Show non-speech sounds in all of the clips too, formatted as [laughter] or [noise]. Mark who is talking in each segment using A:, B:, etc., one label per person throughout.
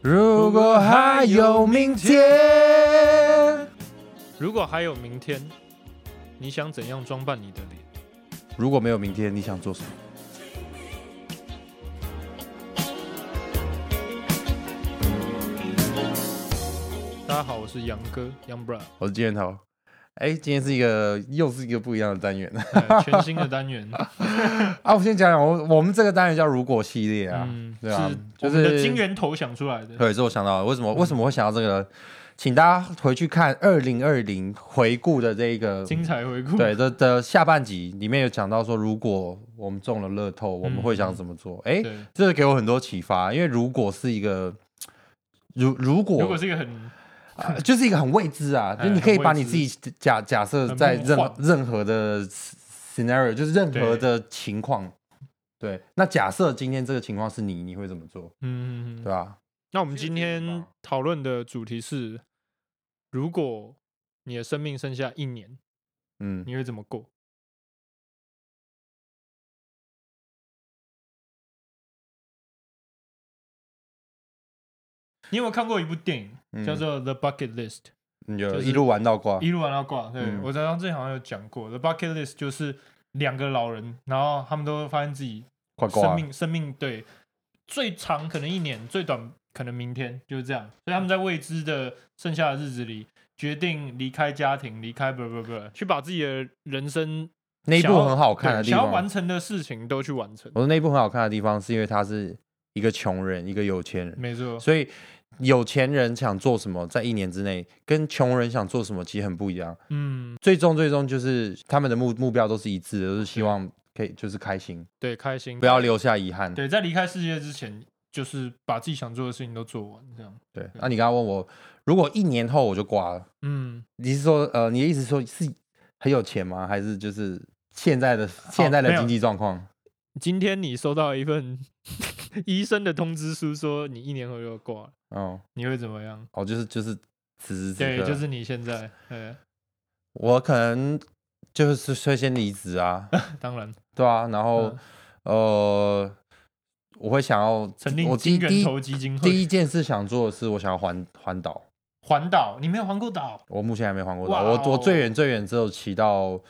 A: 如果还有明天，
B: 如果还有明天，你想怎样装扮你的脸？
A: 如果没有明天，你想做什么？
B: 大家好，我是杨哥杨
A: [laughs]
B: Bra，
A: 我是金源头。哎，今天是一个又是一个不一样的单元
B: 哎全新的单元，
A: [laughs] 啊！我先讲讲我我们这个单元叫“如果”系列啊，
B: 嗯，
A: [laughs] 对啊
B: 是，
A: 就
B: 我
A: 是
B: 们的金源头想出来
A: [laughs]
B: 的，
A: 对，这我想到了为什么为什么会想到这个，请大家回去看二零二零回顾的这一个
B: 精彩回顾，
A: 对的的下半集里面有讲到说，如果我们中了乐透，我们会想怎么做？哎、
B: 对，
A: 这个给我很多启发，因为如果是一个。如如果
B: 如果是一个很嗯
A: 啊就是一个很未知啊，
B: 哎
A: 就你可以
B: 很未
A: 把你
B: 知
A: 自己假假设
B: 很
A: 在
B: 梦
A: 任
B: 幻
A: 任何的 scenario，就是任何
B: 对
A: 的情况。对，那假设今天这个情况是你，你会怎么做？
B: 嗯，嗯嗯
A: 对啊吧？
B: 那我们今天讨论的主题是，如果你的生命剩下一年，
A: 嗯，
B: 你会怎么过？你有没有看过一部电影、
A: 嗯
B: 叫做《The Bucket List》？
A: 你就
B: 就是
A: 一路玩到挂。
B: 一路玩到挂。对、
A: 嗯
B: 我在上之前好像有讲过，《The Bucket List》就是两个老人，然后他们都发现自己
A: 快挂
B: 生
A: 啊，
B: 命生命对最长可能一年，最短可能明天，就是这样。所以他们在未知的剩下的日子里，决定离开家庭，离开不不不，去把自己的人生
A: 那一
B: 想
A: 部
B: 要
A: 很好看的
B: 对
A: 地
B: 想要
A: 方。
B: 完成的事情都去完成。
A: 我说那一部很好看的地方，是因为它是一个穷人，一个有钱人，
B: 没错，
A: 所以有钱人想做什么，在一年之内，跟穷人想做什么其实很不一样。
B: 嗯，
A: 最终，最终就是他们的目目标都是一致的，都是希望可以就是开心，
B: 对，开心
A: 不。要留下遗憾。
B: 对，在离开世界之前，就是把自己想做的事情都做完，这样。
A: 对，那、你刚刚问我，如果一年后我就挂了，
B: 嗯，
A: 你是说呃，你的意思是说是很有钱吗？还是就是现在的现在的
B: 哦没有
A: 经济状况？
B: 今天你收到一份 [laughs] 医生的通知书，说你一年后就挂了，
A: 哦
B: 你会怎么样？
A: 哦，就是就是此时此刻，
B: 对，就是你现在，对，
A: 我可能就是率先离职
B: [laughs]
A: 啊，
B: 当然，
A: 对啊，然后
B: 嗯、
A: 呃，我会想要
B: 成
A: 我
B: 立
A: 第
B: 金
A: 一第
B: 源
A: 一
B: 投基金
A: 第
B: 会。
A: 一件事想做的是，我想要环环岛。
B: 环岛，你没有环过岛？
A: 我目前还没环过岛，
B: 哇哦
A: 我我最远最远只有骑到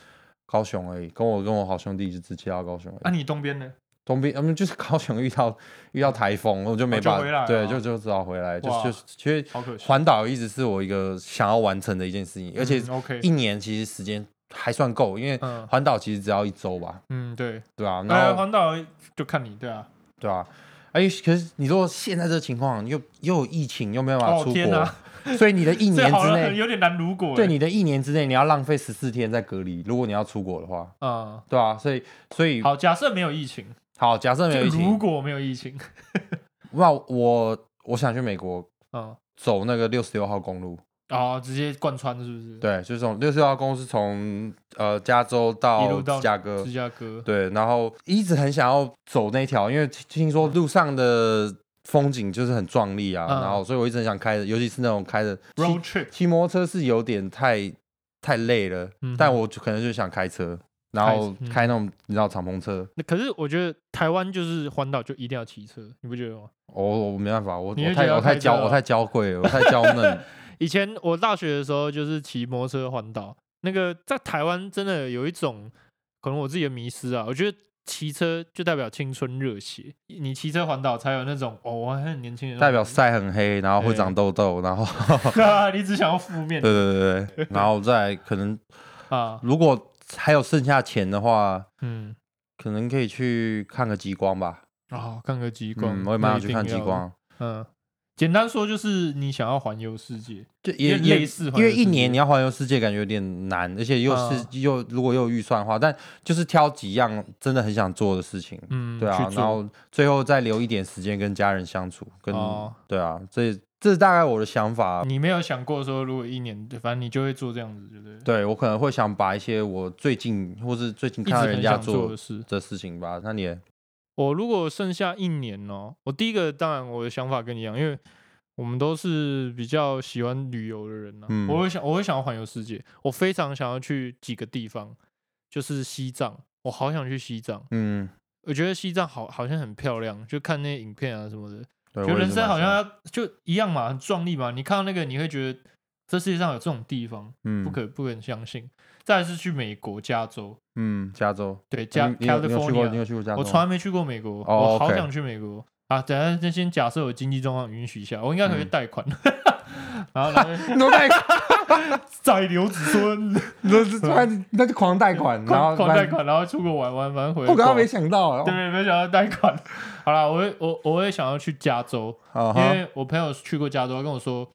A: 高雄而已，跟我跟我好兄弟就只骑到高雄而
B: 啊，
A: 已。
B: 你东边呢？
A: 东边，我们就是高雄遇到遇到台风，我就没办
B: 哦就回
A: 法，
B: 来了
A: 对，就就只好回来。就
B: 哇
A: 就其实
B: 好可惜。
A: 环岛一直是我一个想要完成的一件事情，而且
B: 嗯 OK，
A: 一年其实时间还算够，因为
B: 嗯
A: 环岛其实只要一周吧，
B: 嗯，对，
A: 对吧、啊？
B: 哎，
A: 然后
B: 环岛就看你，对啊。
A: 对啊？哎，可是你说现在这个情况，又又有疫情，又没有办法
B: 哦
A: 出
B: 天
A: 国，
B: 哪
A: 所以你的一年
B: 这好
A: 之
B: 像
A: 内
B: 很，有点难，如果
A: 对
B: 欸
A: 你的一年之内，你要浪费十四天在隔离。如果你要出国的话，
B: 啊，
A: 对啊，所以所以好
B: 好，假设没有疫情，
A: 假设没有疫
B: 如
A: 情，
B: 果没有疫情，
A: 那我我想去美国
B: 嗯，
A: 走那个六十六号公路，
B: 哦，直接贯穿是不是？，
A: 对，就是从六十六号公路是从呃加州
B: 一路
A: 到
B: 到
A: 芝加哥
B: 芝，加哥，
A: 对，然后一直很想要走那条，因为听听说路上的风景就是很壮丽啊，
B: 嗯
A: 然后所以我一直很想开的，尤其是那种开的
B: road trip，
A: 骑摩托车是有点太太累了，
B: 嗯哼
A: 但我就可能就想开车，然后
B: 开嗯
A: 开那种你知道敞篷车，
B: 那可是我觉得台湾就是环岛就一定要骑车，你不觉得吗？
A: 我、我没办法，我
B: 你会
A: 我
B: 觉
A: 太
B: 得
A: 我太
B: 开车
A: 娇
B: 啊
A: 我太娇贵了，我太娇
B: [laughs]
A: 嫩，
B: 以前我大学的时候就是骑摩托车环岛，那个在台湾真的有一种可能我自己的迷失啊，我觉得骑车就代表青春热血，你骑车环岛才有那种哦，我还很年轻人，
A: 代表晒很黑，然后会长痘痘，然后
B: 你只想要负
A: 对
B: 面
A: 对对对，
B: [laughs]
A: 然后再可能
B: 啊，
A: 如果还有剩下钱的话，
B: 嗯，
A: 可能可以去看个极光吧，
B: 哦，看个极光，
A: 嗯，我也蛮想去看极
B: 那一定要的，
A: 光，
B: 嗯。简单说就是你想要环游世界，
A: 就也
B: 有点
A: 也
B: 类似环游
A: 因为一
B: 世界嗯
A: 年你要环游世界，感觉有点难，而且又是、又如果又有预算的话，但就是挑几样真的很想做的事情，
B: 嗯，
A: 对啊
B: 去，做
A: 然后最后再留一点时间跟家人相处，跟、
B: 哦嗯
A: 对啊，这这是大概我的想法。
B: 你没有想过说如果一年，反正你就会做这样子，对不对？
A: 对我可能会想把一些我最近或是最近
B: 一直
A: 看到人
B: 很
A: 家
B: 想做
A: 做
B: 的事，
A: 的事情吧。那你也
B: 我如果剩下一年哦，我第一个当然我的想法跟你一样，因为我们都是比较喜欢旅游的人呐、啊
A: 嗯
B: 我会想，我会想要环游世界，我非常想要去几个地方，就是西藏，我好想去西藏，
A: 嗯，
B: 我觉得西藏好好像很漂亮，就看那些影片啊什么的，
A: 对
B: 觉得
A: 我也
B: 人
A: 是
B: 生
A: 蛮
B: 好
A: 喜
B: 像
A: 欢
B: 要就一样嘛，很壮丽嘛。你看到那个，你会觉得这世界上有这种地方，
A: 嗯
B: 不可不可相信。再来是去美国加州，
A: 嗯，加州，
B: 对加
A: 你你有你有去过，你
B: California，
A: 有去过加州吗？
B: 我从来没去过美国，
A: 哦
B: 我好
A: OK
B: 想去美国啊！等一下先先假设我经济状况允许一下，我应该可以
A: 嗯
B: 贷款， [laughs] 然后
A: [laughs]
B: 然后
A: 你都
B: [laughs]
A: 贷，
B: 再留子孙，
A: 你都是突然那就狂贷款，嗯然后
B: 狂狂贷，款，然后出国玩玩，反正回来
A: 我刚刚
B: 逛
A: 没想到啊，
B: 对，没想到贷款。好啦，我会我我会想要去加州，
A: 哦
B: 因为我朋友去过加州，他跟我说，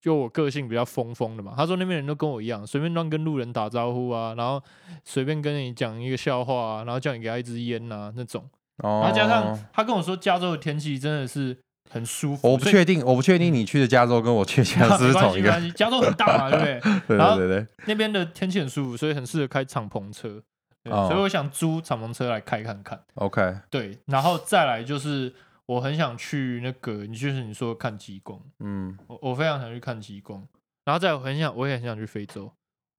B: 就我个性比较疯疯的嘛，他说那边人都跟我一样，随便乱跟路人打招呼啊，然后随便跟你讲一个笑话啊，然后叫你给他一支烟呐、那种。
A: 哦，
B: 然后加上他跟我说，加州的天气真的是很舒服，
A: 我不
B: 所以。
A: 确定，我不确定你去的加州跟我去的加州是不
B: [laughs] 没
A: 是
B: 关
A: 同
B: 系，
A: 一
B: 没
A: 个
B: 关。系。加州很大
A: [laughs]
B: 嘛，对不对？
A: 对
B: 然后
A: 对对对，
B: 那边的天气很舒服，所以很适合开敞篷车。对
A: 哦
B: 所以我想租敞篷车来开看看。
A: ，OK，
B: 对，然后再来就是我很想去那个，你就是你说看极光，
A: 嗯，
B: 我我非常想去看极光，然后再来我很想，我也很想去非洲，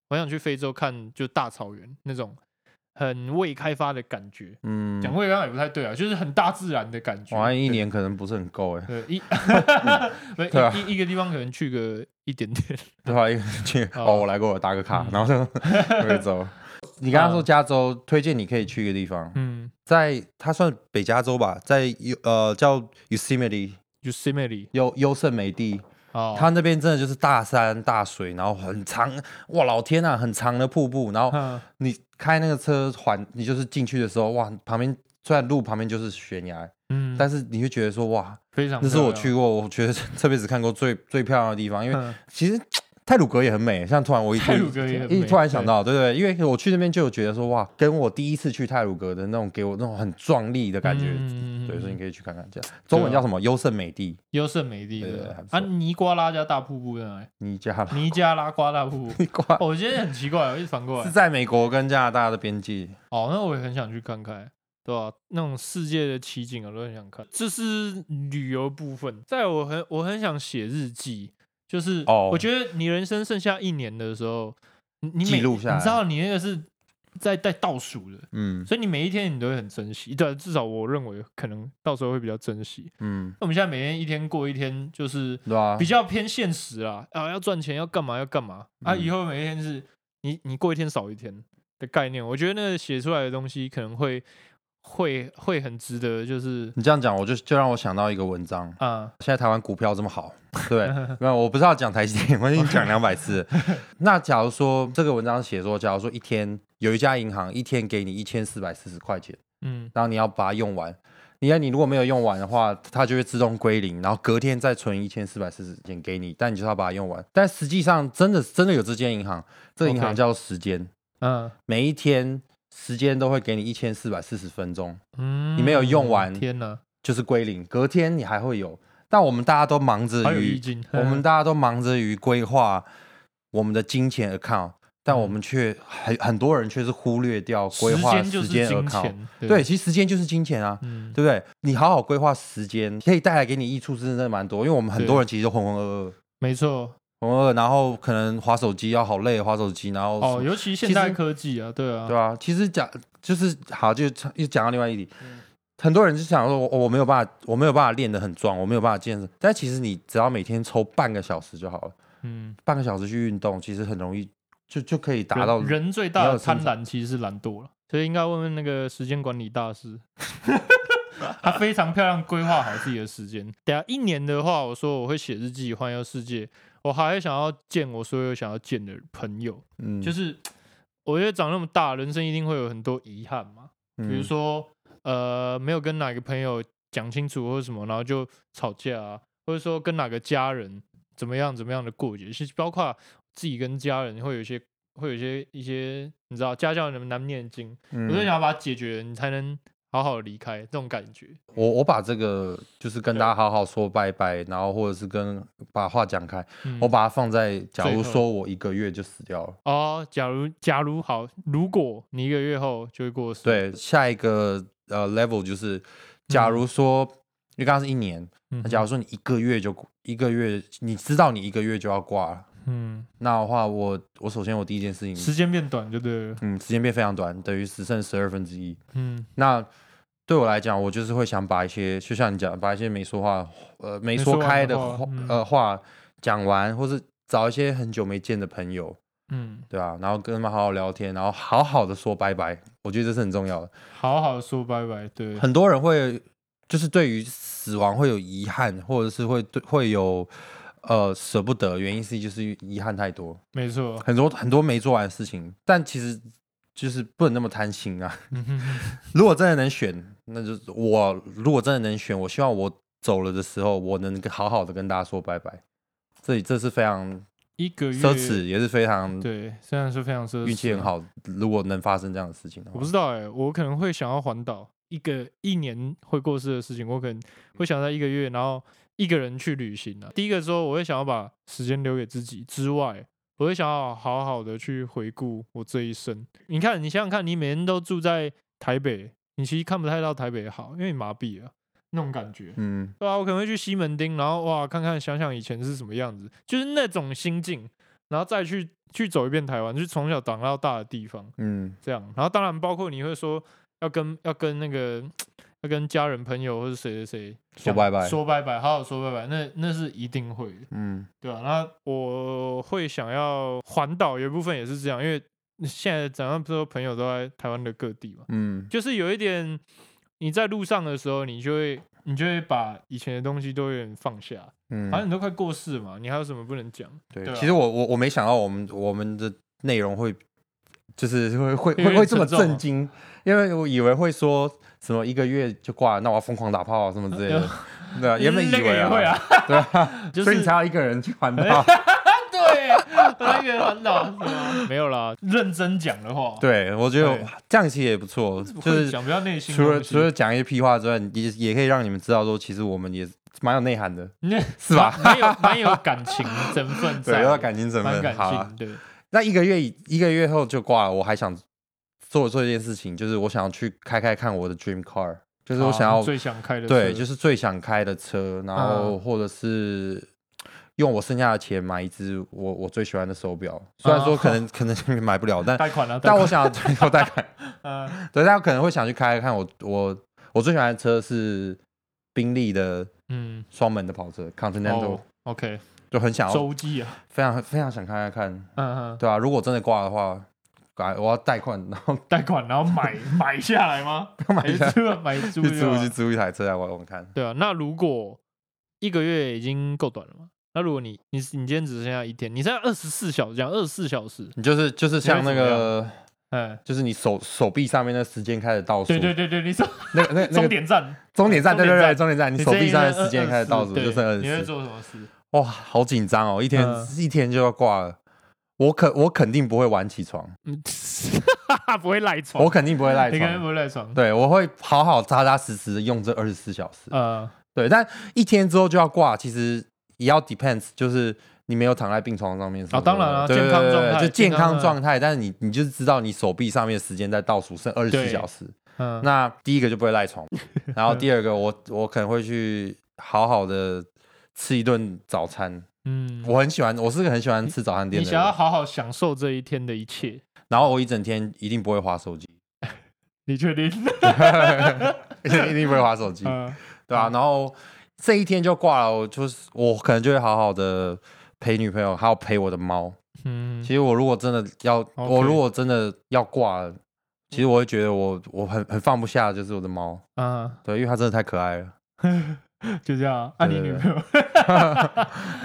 B: 我很想去非洲看就大草原那种很未开发的感觉，
A: 嗯，
B: 讲未开发也不太对啊，就是很大自然的感觉。
A: 哇，一年可能不是很够哎，
B: 对一，不是
A: 对啊
B: 一一一个地方可能去个一点
A: [laughs]
B: 点，
A: [laughs] 对吧？一个去
B: 哦
A: 哦，我来过，我打个卡，
B: 嗯
A: 然后就 [laughs] 可以走。嗯你刚刚说加州，推荐你可以去一个地方，
B: [laughs] 嗯
A: 在它算北加州吧，在优呃叫 Yosemite
B: ，Yosemite
A: 优优胜美地，
B: 哦，
A: 它那边真的就是大山大水，然后很长，哇老天啊，很长的瀑布，然 [laughs] 后
B: 嗯
A: 你开那个车环，你就是进去的时候，哇，旁边虽然路旁边就是悬崖，
B: 嗯，
A: 但是你会觉得说，哇，
B: 非常
A: 那是
B: 漂
A: 我
B: 亮
A: 去过，我觉得 [laughs] 这辈子看过最最漂亮的地方，因为
B: 嗯
A: 其实泰鲁格也很美，像突然我一
B: 泰鲁格也很美
A: 一突然想到，对不对？因为我去那边就有觉得说，哇，跟我第一次去泰鲁格的那种给我那种很壮丽的感觉，
B: 嗯
A: 对，所以你可以去看看。这样中文叫什么？优胜美地，
B: 优胜美地
A: 对
B: 对
A: 还不错
B: 啊，尼瓜拉加大瀑布在哪里？
A: 尼加
B: [laughs]
A: 拉
B: 尼加拉瓜
A: [laughs]
B: 大瀑布。
A: 瓜
B: 哦我觉得很奇怪，我一直反过
A: 是
B: 来。
A: 在美国跟加拿大的边界。
B: 哦，那我也很想去看看，对吧、那种世界的奇景我都很想看。这是旅游部分，在我很我很想写日记，就是
A: 哦
B: 我觉得你人生剩下一年的时候，你你
A: 记
B: 每
A: 录下
B: 你
A: 来
B: 知道你那个是在在倒数的，
A: 嗯
B: 所以你每一天你都会很珍惜。对啊，至少我认为可能到时候会比较珍惜。
A: 嗯，
B: 那我们现在每天一天过一天，就是
A: 对啊
B: 比，较偏现实啦，啊，要赚钱，要干嘛，要干嘛啊！
A: 嗯
B: 以后每一天是你你过一天少一天的概念，我觉得那个写出来的东西可能会会会很值得，就是
A: 你这样讲，我就就让我想到一个文章。
B: 啊，
A: 现在台湾股票这么好，对，没有，我不是要讲台积电，我已经讲两百次 [laughs] 了。那假如说这个文章写说，假如说一天有一家银行一天给你一千四百四十块钱，
B: [laughs] 嗯
A: 然后你要把它用完，你看你如果没有用完的话，它就会自动归零，然后隔天再存一千四百四十钱给你，但你就是要把它用完。但实际上真的真的有这间银行，这个银
B: OK
A: 行叫做时间
B: 嗯
A: 每一天时间都会给你一千四百四十分钟，
B: 嗯，
A: 你没有用完
B: 天哪，
A: 就是归零，隔天你还会有。但我们大家都忙着
B: 好有
A: 于
B: 意境，
A: 我
B: [laughs]
A: 们大家都忙着于规划我们的金钱 account，但我们却很很多人却是忽略掉规
B: 嗯时
A: 划
B: 间就
A: 时
B: 是
A: 间
B: 金
A: account。
B: 钱，
A: 对，，其实时间就是金钱啊，
B: 嗯，
A: 对不对？你好好规划时间，可以带来给你益处，真的蛮多。因为我们很
B: 对
A: 多人其实都浑浑噩噩，
B: 没错，
A: 浑浑噩，噩，然后可能划手机要好累，划手机，然后
B: 哦，尤其现代
A: 其实
B: 科技啊，对啊，
A: 对啊，其实讲就是好，就又讲到另外一题，
B: 嗯
A: 很多人就想说我我没有办法，我没有办法练得很壮，我没有办法健身，但其实你只要每天抽半个小时就好了，
B: 嗯，
A: 半个小时去运动，其实很容易就就可以达
B: 人
A: 到。
B: 人最大
A: 你
B: 的
A: 要
B: 贪
A: 生
B: 婪其实是懒惰了，所以应该问问那个时间管理大师， [laughs] 他非常漂亮规划好自己的时间。等下一年的话，我说我会写日记，环游世界，我还会想要见我所有想要见的朋友，
A: 嗯，
B: 就是是我觉得长那么大，人生一定会有很多遗憾嘛，比
A: 嗯
B: 如说呃没有跟哪个朋友讲清楚或者什么，然后就吵架啊，或者说跟哪个家人怎么样怎么样的过节，是包括自己跟家人会有一些会有一些一些你知道家教能难念经，
A: 嗯
B: 我就想要把它解决，你才能好好地离开这种感觉。
A: 我我把这个就是跟大家好好说拜拜，然后或者是跟把话讲开，
B: 嗯
A: 我把它放在假
B: 最
A: 如
B: 后
A: 说我一个月就死掉了。
B: 哦，假如假如好，如果你一个月后就会过世，，
A: 对，下一个呃 level 就是，假如说、因为刚刚是一年，
B: 嗯
A: 那假如说你一个月就一个月，你知道你一个月就要挂了，
B: 嗯，
A: 那的话我我首先我第一件事
B: 时
A: 情，
B: 间变短就对了，
A: 嗯，时间变非常短，等于只剩十二分之一。
B: 嗯
A: 那对我来讲，我就是会想把一些，就像你讲，把一些没说话，呃，没说开的
B: 没
A: 话
B: 说完的话，嗯
A: 呃，话讲完，或是找一些很久没见的朋友，
B: 嗯，
A: 对啊，然后跟他们好好聊天，然后好好的说拜拜，我觉得这是很重要的。
B: 好好说拜拜，对，
A: 很多人会就是对于死亡会有遗憾，或者是会对会有呃舍不得，原因是就是遗憾太多，
B: 没错，
A: 很多很多没做完的事情，但其实就是不能那么贪心啊。
B: 嗯哼哼
A: 如果真的能选，那就是我如果真的能选，我希望我走了的时候，我能跟好好的跟大家说拜拜。这这是非常
B: 一个月
A: 奢侈，也是非常
B: 对，虽然是非常奢侈，
A: 嗯运气很。好。如果能发生这样的事情的话
B: 我不，知道哎、我可能会想要环岛，一个一年会过世的事情，我可能会想在一个月，然后一个人去旅行啊。第一个说，我会想要把时间留给自己之外，我会想要好好的去回顾我这一生。你看，你想想看，你每天都住在台北，你其实看不太到台北好，因为你麻痹了那种感觉。
A: 嗯，
B: 对啊，我可能会去西门町，然后哇，看看想想以前是什么样子，就是那种心境，然后再去去走一遍台湾，就是从小长到大的地方。
A: 嗯，
B: 这样。然后当然包括你会说要跟要跟那个要跟家人朋友或者谁谁谁
A: 说
B: 讲
A: 拜拜，
B: 说拜拜，好好说拜拜，那那是一定会的，
A: 嗯
B: 对吧、啊？那我会想要环岛，有一部分也是这样，因为现在咱们不是说朋友都在台湾的各地嘛，
A: 嗯，
B: 就是有一点你在路上的时候，你就会。你就会把以前的东西都有点放下，
A: 嗯，
B: 反正你都快过世嘛，你还有什么不能讲？
A: 对，
B: 对啊
A: 其实我我我没想到我们我们的内容会就是 [laughs] 会会
B: 因为
A: 会会这么
B: 沉重啊
A: 震惊，因为我以为会说什么一个月就挂了，那我要疯狂打炮啊什么之类
B: [laughs]
A: 的，对啊，原本以
B: 那个
A: 为
B: 也会啊，
A: [laughs] 对啊，
B: [laughs] 就是
A: 所以你才要一个人去环岛，
B: 对，那个环岛是吗？没有啦，认真讲的话，
A: 对我觉
B: 哦对
A: 得这样其实也不错，就
B: 会
A: 是
B: 讲比较内心的
A: 除了
B: 东西。
A: 除了讲一些屁话之外，也也可以让你们知道说，其实我们也蛮有内涵的，
B: 那
A: [laughs] 是吧？
B: 蛮有蛮有感情成分在，
A: [laughs] 对，要感情成
B: 啊蛮
A: 分，
B: 感
A: 好啊、
B: 性，对，
A: 那一个月以一个月后就挂了，我还想做做一件事情，就是我想要去开开看我的 dream car，就是我
B: 啊
A: 想要、
B: 你最想开的车，
A: 对，就是最想开的车，然后
B: 嗯
A: 或者是用我剩下的钱买一只我我最喜欢的手表，虽
B: 啊
A: 然说可能、 [laughs] 可能买不了，但
B: 贷款啊，贷
A: 但
B: 款
A: 我想要我贷款，
B: 嗯
A: 对，但我可能会想去开开看我我我最喜欢的车是宾利的
B: 嗯，
A: 双门的跑车 Continental，、
B: 哦，OK，
A: 就很想要
B: 周记啊，
A: 非常非常想开开看。
B: 嗯嗯，
A: 对啊，如果真的挂的话，改我要贷款，然后
B: 贷款然后
A: [laughs]
B: 买买下来吗？
A: 买一
B: 还
A: 下
B: 是租啊买租
A: 去
B: 就
A: 租
B: 好
A: 去租一台车来玩玩看。
B: 对啊，那如果一个月已经够短了嘛？那如果你你你今天只剩下一天，你剩下二十四小时，讲二十四小时，
A: 你就是就是像那个，
B: 哎，
A: 就是你手手臂上面那时间开始倒数，
B: 对对对对，你说
A: 那个那个那
B: 终
A: 个
B: 点站，
A: 终点站，
B: 终
A: 对对
B: 点
A: 对，
B: 站
A: 终点站，你
B: 你
A: 手臂上
B: 的
A: 的时间开始倒数就剩二
B: 你会
A: 十四，
B: 做什么事？
A: 哇，好紧张哦，一天
B: 嗯
A: 一天就要挂了。我肯我肯定不会晚起床，
B: 嗯， [laughs] 不会赖床，
A: 我肯定不会赖
B: 哦你肯定
A: 床
B: 不。会赖床。
A: 对，我会好好扎扎实实的用这二十四小时。
B: 呃，
A: 对，但一天之后就要挂，其实也要 depends，就是你没有躺在病床上面什么
B: 哦当然
A: 的
B: 啊
A: 对对
B: 健康
A: 对对
B: 状态
A: 就健
B: 健康
A: 康状态，但是你你就是知道你手臂上面的时间在倒数，剩二十
B: 对
A: 四小时。
B: 嗯，
A: 那第一个就不会赖
B: [laughs]
A: 床，然后第二个我我可能会去好好的吃一顿早餐，
B: 嗯，
A: 我很喜欢，我是个很喜欢吃早餐店
B: 你
A: 的
B: 想要
A: 人，
B: 好好享受这一天的一切，
A: 然后我一整天一定不会划手
B: [laughs]
A: 机，
B: 你确定？
A: 一定不会划手机。
B: 嗯
A: 对啊，然后这一天就挂了，我就是我可能就会好好的陪女朋友，还有陪我的猫。
B: 嗯
A: 其实我如果真的要，我如果真的要挂了，其实我会觉得我我很很放不下，就是我的猫，
B: 啊，
A: 对，因为它真的太可爱
B: [laughs]
A: 了，
B: 就这样啊。啊，你
A: 对对
B: 女
A: 对
B: 朋友，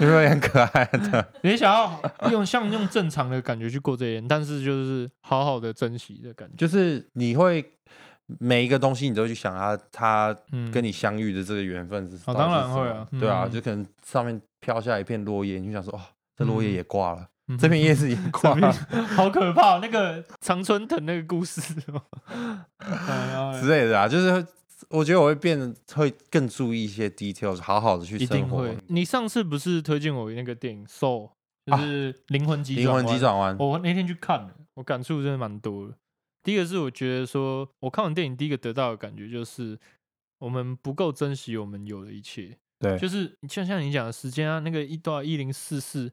A: 因为很可
B: [laughs]
A: 爱的，
B: 你想要用像用正常的感觉去过这一天，但是就是好好的珍惜的感觉。
A: 就是你会每一个东西你都去想它，它
B: 嗯，
A: 跟
B: 你
A: 你相遇的这个缘分是
B: 哦
A: 到底是
B: 当然
A: 什么
B: 会啊
A: 对啊，
B: 嗯
A: 就可能上面飘下一片落叶，你就想说，哦，这落叶
B: 嗯
A: 也挂了，这片叶子也挂
B: [laughs] 这边
A: 了。
B: 好可怕哦，那个常春藤那个故事
A: [laughs]
B: 哦。嗯然后嘞
A: 之类的啊，就是我觉得我会变得会更注意一些 details，好好的去
B: 一定
A: 生活
B: 会。。你上次不是推荐我那个电影《Soul》，就
A: 啊
B: 是灵魂急
A: 灵魂急
B: 弯
A: 转弯，
B: 我那天去看了，我感触真的蛮多的。第一个是我觉得说，我看完电影，第一个得到的感觉就是，我们不够珍惜我们有的一切。
A: 对
B: 就是像像你讲的时间啊，那个一到一零四四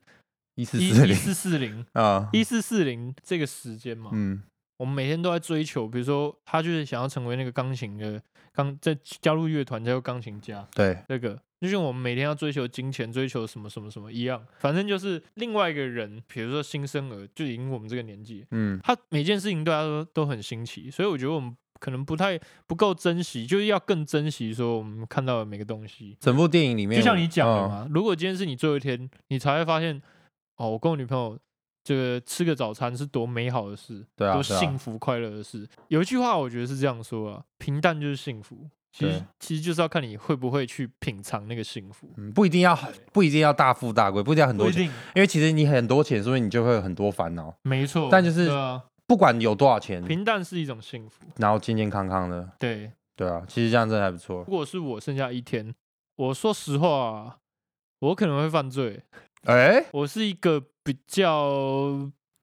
A: 一四
B: 一
A: 四
B: 一
A: 零
B: 四四零
A: 啊，
B: 一四四零这个时间嘛，
A: 嗯，
B: 我们每天都在追求，比如说他就是想要成为那个钢琴的钢，在加入乐团叫做钢琴家，
A: 对，
B: 这个就像我们每天要追求金钱、追求什么什么什么一样，反正就是另外一个人，比如说新生儿，就已经我们这个年纪，
A: 嗯，
B: 他每件事情对他都都很新奇，所以我觉得我们可能不太不够珍惜，就是要更珍惜说我们看到的每个东西。
A: 整部电影里面
B: 就像你讲的
A: 嗯
B: 嘛，如果今天是你最后一天，你才会发现，哦，我跟我女朋友这个吃个早餐是多美好的事，
A: 对啊
B: 多
A: 对啊
B: 幸福快乐的事。有一句话我觉得是这样说啊，平淡就是幸福。其实
A: 对
B: 其实就是要看你会不会去品尝那个幸福，
A: 嗯，不一定要不一定要大富大贵，不一定要很
B: 不
A: 多
B: 一
A: 钱，
B: 定，
A: 因为其实你很多钱，所以你就会有很多烦恼。
B: 没错。
A: 但就是嗯
B: 对啊，
A: 不管有多少钱，
B: 平淡是一种幸福。
A: 然后健健康康的，
B: 对，
A: 对啊，其实这样真的还不错
B: 如。果是我剩下一天，我说实话啊，我可能会犯罪。
A: 哎、
B: 我是一个比较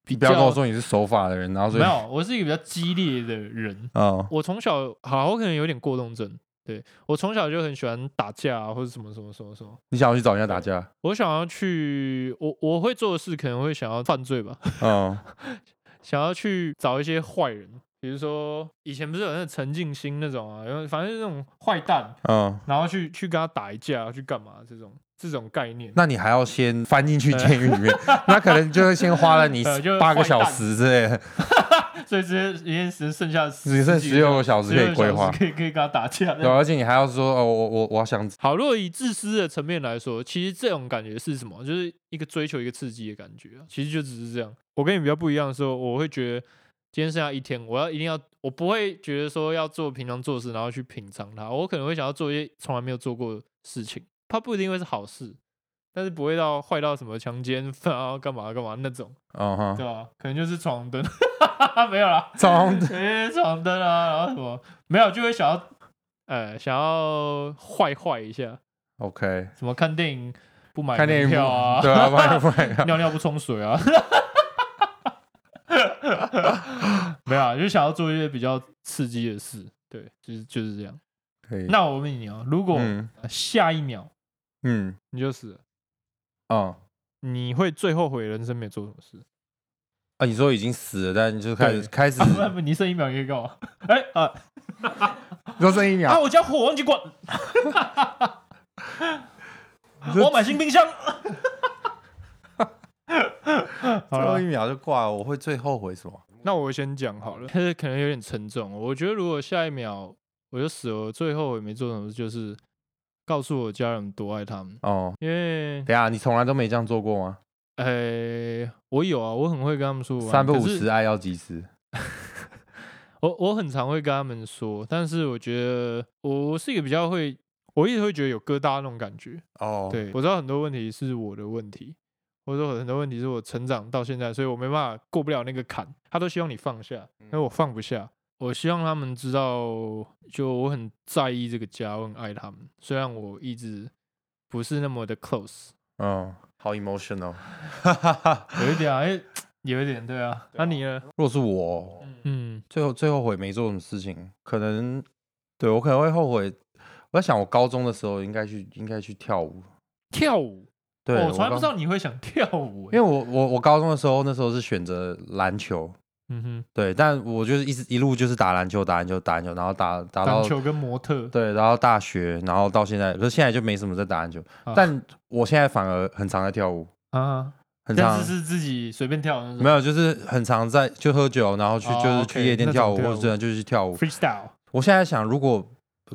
B: 比
A: 你
B: 较
A: 不要跟我说你是守法的人，然后所以
B: 没有，我是一个比较激烈的人。
A: 哦，
B: 我从小好，我可能有点过动症。对我从小就很喜欢打架、啊、或者什么什么什么什么。
A: 你想要去找人家打架，
B: 我想要去，我我会做的事可能会想要犯罪吧， [laughs]
A: 嗯，
B: 想要去找一些坏人，比如说以前不是有那个陈静心那种啊，然后反正是那种坏蛋，
A: 嗯，
B: 然后去去跟他打一架，去干嘛这种这种概念。 [laughs]
A: 那你还要先翻进去监狱里面，那可能就会先花了你
B: 呃就是
A: 八个
B: 坏蛋
A: 小时之类的，
B: 所以直接一天时剩下
A: 只剩十六个小时可以规划
B: 16个小时。可以可以跟他打架。
A: 对，而且你还要说哦，我我我想
B: 好，如果以自私的层面来说，其实这种感觉是什么？就是一个追求一个刺激的感觉啊。其实就只是这样。我跟你比较不一样的时候，我会觉得今天剩下一天，我要一定要，我不会觉得说要做平常做事，然后去品尝它。我可能会想要做一些从来没有做过的事情，它不一定会是好事，但是不会到坏到什么强奸犯啊、干嘛干嘛那种，
A: 嗯
B: 对
A: 哼，
B: 吧、可能就是闯红灯， [laughs] 没有啦。
A: 找
B: 哎， [laughs] 闯灯啊，然后什么没有，就会想要，呃，想要坏坏一下，
A: OK，
B: 什么看电影不买
A: 看电影不
B: 门票啊，
A: 对
B: [laughs]
A: 啊，不然不然
B: 尿尿不冲水啊， [laughs] 没有、啊，就想要做一些比较刺激的事，对，就是就是这样。
A: 可以。
B: 那我问你啊，如果
A: 嗯
B: 下一秒
A: 嗯
B: 你就死了，
A: 哦
B: 你会最后悔人生没做什么
A: [laughs]
B: 事？
A: 啊，你说已经死了，但你就开始
B: 对
A: 开
B: [laughs]
A: 始
B: 啊不然你剩一秒可以干嘛？ [laughs] 哎啊
A: 多剩一
B: 啊！
A: 秒，
B: 我家火忘
A: [laughs]
B: 记关，我
A: 就
B: 要买新冰箱。 [laughs]
A: [laughs]
B: 好
A: 最后一
B: 了，
A: 秒就挂了，我会最后悔什么？
B: 那我先讲好了，但是 [laughs] 可能有点沉重。哦我觉得如果下一秒我就死了，我最后也没做什么，就是告诉我家人多爱他们，
A: 哦，
B: 因为
A: 等一下你从来都没这样做过吗？
B: 呃，我有啊，我很会跟他们说晚安
A: 三不五
B: 可是
A: 十，爱要及时。
B: 我我很常会跟他们说，但是我觉得我是一个比较会，我一直会觉得有疙瘩那种感觉。
A: 哦，
B: 对，我知道很多问题是我的问题，或者说很多问题是我成长到现在，所以我没办法过不了那个坎。他都希望你放下，
A: 嗯
B: 但我放不下。我希望他们知道，就我很在意这个家，我很爱他们。虽然我一直不是那么
A: [laughs]
B: 的 close，
A: 嗯，好 emotional。
B: 有一点啊，哎，有一点对啊。那、你呢？
A: 若是我
B: 嗯，
A: 最后最后悔没做什么事情，可能对我可能会后悔。我在想，我高中的时候应该去应该去跳舞。
B: 跳舞，
A: 对，
B: 哦我从来不
A: 高
B: 知道，你会想跳舞、
A: 因为
B: 哎
A: 我我我高中的时候那时候是选择篮球，
B: 嗯哼，
A: 对，但我就是一直一路就是打篮球，打篮球，打篮球，然后打打到
B: 篮球跟模特，
A: 对，然后大学，然后到现在，可是现在就没什么在打篮球，
B: 啊
A: 但我现在反而很常在跳舞，
B: 啊，
A: 很常
B: 但是是自己随便跳的那
A: 没
B: 种
A: 有，就是很常在就喝酒，然后去、
B: 哦
A: 就是
B: OK，
A: 去夜店
B: 那
A: 跳
B: 种
A: 舞，
B: 跳
A: 或者真的就是去跳舞。
B: freestyle。
A: 我现在想，如果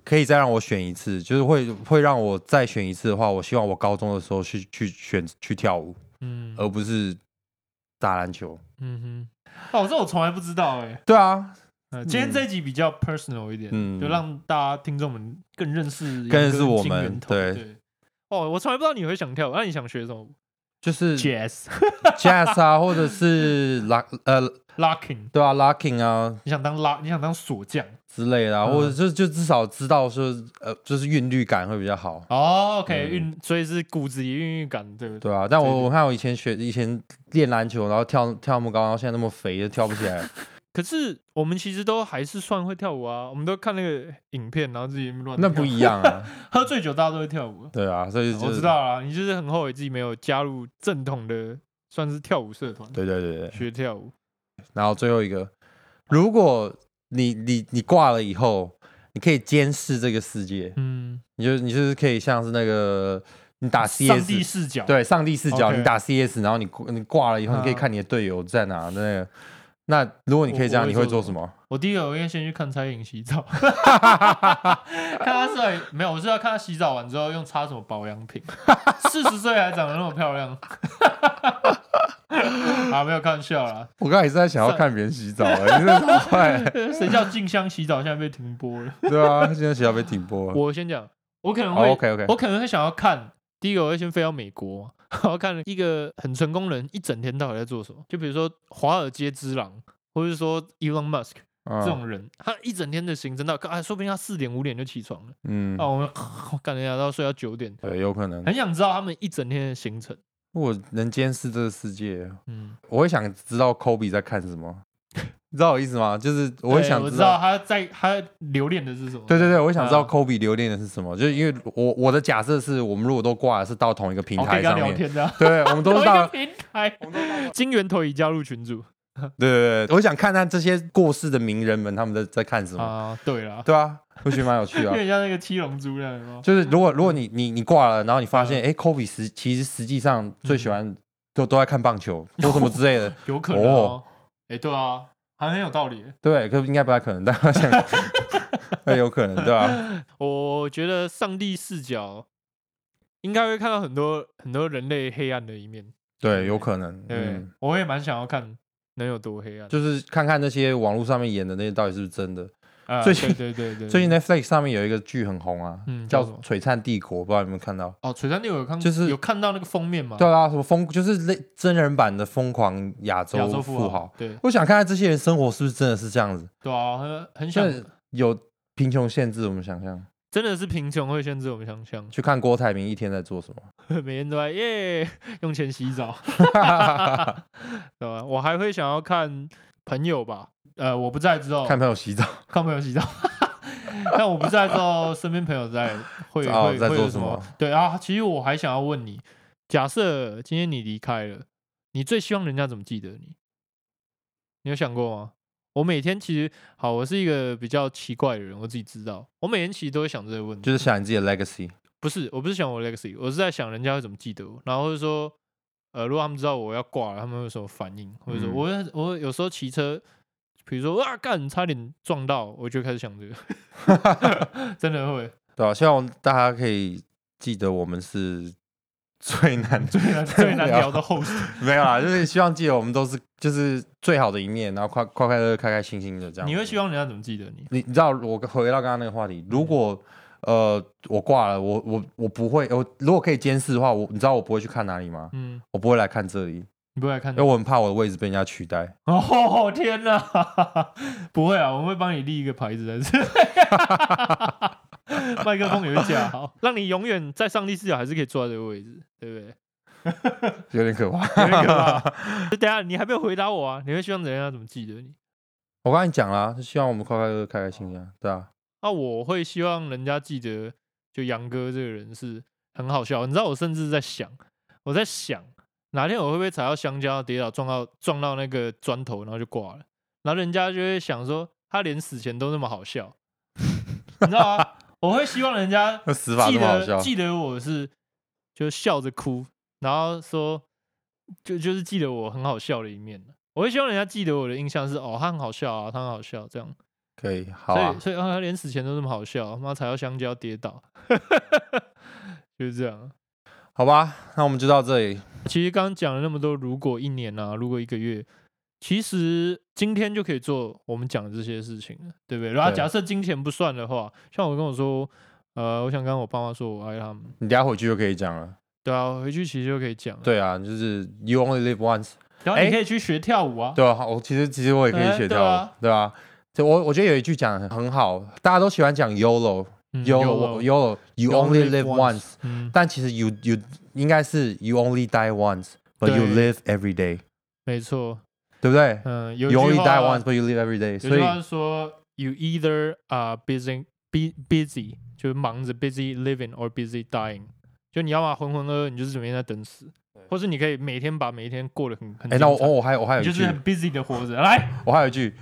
A: 可以再让我选一次，就是会会让我再选一次的话，我希望我高中的时候去去选去跳舞，
B: 嗯
A: 而不是打篮球。
B: 嗯哼，哦，这我从来不知道哎、
A: 对啊，
B: 呃今天这一集比较 personal 一点，
A: 嗯
B: 就让大家听众们更认识
A: 更认识
B: 严格
A: 我
B: 金
A: 们
B: 源头
A: 对
B: 对。哦，我从来不知道你会想跳舞，那你想学什么舞
A: 就是
B: ？Jazz、
A: [laughs]
B: [laughs]
A: jazz 啊，或者是 lock 呃
B: locking，
A: 对啊 locking 啊
B: 你想当拉，你想当锁匠？
A: 之类的、啊，
B: 嗯
A: 或者就就至少知道说呃就是韵律感会比较好。
B: 哦，OK，
A: 嗯
B: 韵，所以是骨子里韵韵感，对不对？
A: 对啊，但
B: 对
A: 我
B: 对
A: 我看我以前学以前练篮球，然后跳跳那么高，然后现在那么肥，就跳不起
B: [laughs]
A: 来。
B: 可是我们其实都还是算会跳舞啊，我们都看那个影片，然后自己乱
A: 那
B: 跳
A: 不一样啊，
B: 喝醉酒大家都会跳舞啊。
A: 对啊，所以、就是、
B: 我知，道啦，你就是很后悔自己没有加入正统的，算是跳舞社团
A: 对对对对。
B: 学跳舞。
A: 然后最后一个，如果你你你挂了以后，你可以监视这个世界，
B: 嗯，
A: 你就你就是可以像是那个你打
B: 上帝
A: CS，
B: 视角，
A: 啊对，上帝视角，
B: OK
A: 你打 CS，然后你挂你挂了以后，你可以
B: 啊
A: 看你的队友在哪，那个。那如果你可以这样，
B: 我我会
A: 你会
B: 做
A: 做什么？
B: 我第一个我应该先去看蔡依林洗澡， [laughs] 看她是很没有，我是要看她洗澡完之后用擦什么保养品。四十岁还长得那么漂亮，啊，没有开玩笑啦，
A: 我刚才也是在想要看别人洗澡，
B: [laughs]
A: 哎你真的好坏欸，
B: 谁叫静香洗澡现在被停播了？
A: 对啊，现在洗澡被停播了。
B: [laughs] 我先讲，我可能会，
A: o OK OK，
B: 我可能会想要看。第一个我会先飞到美国嘛，然后看一个很成功的人一整天到底在做什么，就比如说华尔街之狼，或者说 Elon Musk
A: 啊
B: 这种人，他一整天的行程到，啊，说不定他四点五点就起床了。
A: 嗯，
B: 啊，我们 [laughs] 我感觉要到睡到九点，
A: 对，有可能。
B: 很想知道他们一整天的行程。
A: 我能监视这个世界，
B: 嗯，
A: 我会想知道 Kobe 在看什
B: [laughs]
A: 么，你知道我意思吗？就是我会
B: 对
A: 想
B: 我
A: 知
B: 知
A: 道
B: 道，他在他留恋的是什么。
A: 对对对，我会想知道
B: 啊
A: Kobe 留恋的是什么，就是因为我我的假设是我们如果都挂的是到同一个平
B: 哦，可
A: 台
B: 以跟
A: 上
B: 他聊
A: 面，
B: 天的，
A: 对，我们 [laughs] 都
B: 同
A: 是
B: 一 [laughs] 个
A: 到，
B: 平台。金源头已加入群组
A: 对对对，我想看看这些过世的名人们他们在在看什么，
B: 啊，对啦，
A: 嗯对啊，我觉得蛮有趣
B: 有 [laughs]
A: 啊。
B: 点像那个七龙珠那样有没有
A: 就是如果如果你你你挂了，然后你发
B: 嗯
A: 现哎，Kobe 实其实实际上最喜欢都都在看棒球或什么之类
B: [laughs]
A: 的，
B: 有可能哦。哎，对啊，还很有道理。
A: 对，可应该不太可能，但我想
B: [laughs]
A: 那有可能，对啊吧、
B: 我觉得上帝视角应该会看到很多很多人类黑暗的一面。
A: 对，有可能，
B: 对
A: 嗯，，
B: 我也蛮想要看能有多黑暗。
A: 就是看看那些网络上面演的那些到底是不是真的。
B: 啊
A: 最近
B: 对对对对，
A: 最近 Netflix 上面有一个剧很红啊，
B: 嗯
A: 叫
B: 叫什么
A: 《璀璨帝国》，不知道你有没有看到？
B: 哦，璀璨帝国有看，
A: 就是
B: 有看到那个封面嘛？
A: 对啊，什么疯，就是类真人版的《疯狂亚
B: 亚
A: 洲
B: 洲
A: 富豪》。
B: 豪，对
A: 我想看看这些人生活是不是真的是这样子，
B: 对啊，很很想
A: 像，有贫穷限制我们想象。
B: 真的是贫穷会限制我们想象， [laughs]
A: 去看郭台铭一天在做什么？
B: 每天都在耶用钱洗澡， [laughs] 对吧？我还会想要看朋友吧，呃，我不在之
A: [laughs]
B: 后
A: 看朋友洗澡，
B: 看朋友洗澡。 [laughs] 但我不在之后，身边朋友在会
A: 哦
B: 会
A: 在
B: 会
A: 做
B: 有
A: 什
B: 什
A: 么
B: 么？对啊，其实我还想要问你，假设今天你离开了，你最希望人家怎么记得你？你有想过吗？我每天其实好，我是一个比较奇怪的人，我自己知道。我每天其实都会想这个问题，
A: 就是想你自己的 legacy。
B: 不是，我不是想我 legacy，我是在想人家会怎么记得我，然后或者说，呃，如果他们知道我要挂了，他们会有什么反应，或者说
A: 嗯
B: 我会我会有时候骑车，比如说哇干，差点撞到，我就开始想
A: [laughs]
B: 这个，真的会，
A: 对啊，希望大家可以记得我们是最 [laughs] 难
B: 最难最难聊的 host，
A: 没有啦，就是希望记得我们都是就是最好的一面，然后快快快乐乐、开开心心的这样。
B: 你会希望人家怎么记得你？
A: 你你知道，我回到刚刚那个话题，如果呃我挂了，我我我不会，我如果可以监视的话，我你知道我不会去看哪里吗？
B: 嗯，
A: 我不会来看这里，
B: 你不会来看
A: 因
B: 的
A: 为我很怕我的位置被人家取代。
B: 哦天哪， [laughs] 不会啊，我们会帮你立一个牌子在这， [laughs] 麦克风也会架
A: [laughs]
B: 好，让你永远在上帝视角还是可以坐在这个位置，对不对？
A: 有点可怕。
B: 有点可怕。 [laughs] 就等一下你还没有回答我啊，你会希望人家怎么记得你？
A: 我刚才讲啦，就希望我们快快乐乐、开开心心啊，对啊，
B: 那、我会希望人家记得，就杨哥这个人是很好笑。你知道，我甚至在想，我在想哪天我会不会踩到香蕉跌倒，撞到撞到那个砖头，然后就挂了。然后人家就会想说，他连死前都那么好笑， [laughs] 你知道吗？我会希望人家
A: 那死法
B: 记
A: 这么好
B: 得
A: 笑。
B: 记得我是就笑着哭，然后说就就是记得我很好笑的一面。我会希望人家记得我的印象是哦，他很好笑啊，他很好笑这样。
A: 可以，好啊
B: 所以，所以、哦、他连死前都这么好笑，妈踩到香蕉跌倒， [laughs] 就是这样。
A: 好吧，那我们就到这里。
B: 其实刚刚讲了那么多，如果一年啊，如果一个月，其实今天就可以做我们讲的这些事情了，对不对？然后
A: 对
B: 假设金钱不算的话，像我跟我说，呃，我想跟我爸妈说我爱他们，
A: 你等一下回去就可以讲了。
B: 对啊，回去其实就可以讲了。
A: 对啊，就是 you only live once。
B: 然后你
A: 哎
B: 可以去学跳舞啊，
A: 对啊，我其实其实我也可以
B: 哎
A: 学
B: 对
A: 跳舞，
B: 啊
A: 对啊，就我我觉得有一句讲得很好，大家都喜欢讲 YOLO
B: 嗯
A: YOLO YOLO You only live once，
B: 嗯，
A: 但其实 you you 应该是 You only die once，but you
B: 对
A: live every day，
B: 没错，
A: 对不对
B: 嗯，有一
A: ？You
B: 句
A: only die
B: 话
A: once，but you live every day，
B: 有
A: 所
B: 句
A: 以
B: 话是说，you either are busy be busy，就是忙着 busy living or busy dying，就你要么浑浑噩噩，你就是整天在等死，或是你可以每天把每一天过得很很
A: 哎，那我
B: 精彩
A: 我我还有我还有
B: 你
A: 一
B: 就是
A: 句，
B: 很 busy 的活着，来，
A: 我还有一句。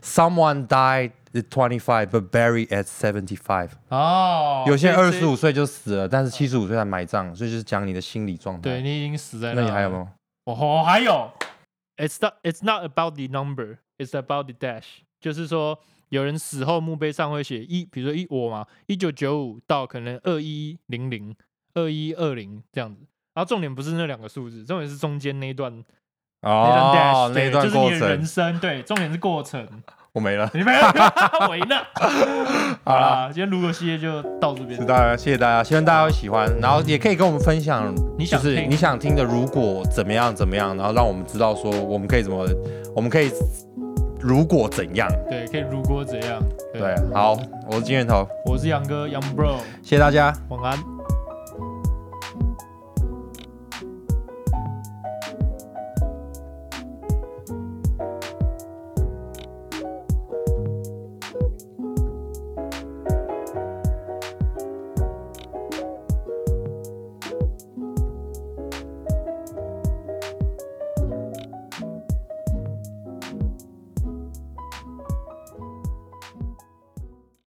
A: Someone died at twenty five, but buried at seventy five。
B: 哦，
A: 有些
B: 所以
A: 二
B: 这
A: 十五岁就死了，但是七十五岁才埋葬，所以就是讲你的心理状
B: 对
A: 态。
B: 你已经死在
A: 那你还有
B: 了
A: 没有？
B: 我、
A: 哦
B: 我还有，it's not it's not about the number, it's about the dash，就是说有人死后墓碑上会写一，比如说一我嘛，一九九五到可能二一零零、二一二零这样子。然后重点不是那两个数字，重点是中间那一段、那段 dash，
A: 哦那
B: 对
A: 一段
B: 就是
A: 过
B: 你的人
A: 程
B: 生，对，重点是过程。
A: 我没了。
B: 你们
A: [laughs]
B: 我赢了，好啦，今天如果系列就到这边
A: 是。大家，谢谢大家，希望大家会喜欢，然后也可以跟我们分享，
B: 你
A: 就
B: 想
A: 是
B: 听
A: 你想听的，如果怎么样怎么样，然后让我们知道说我们可以怎么，我们可以如果怎样，
B: 对，可以如果怎样？
A: 对，好，我是金源头，
B: 我是杨哥杨 bro，
A: 谢谢大家。
B: 晚安。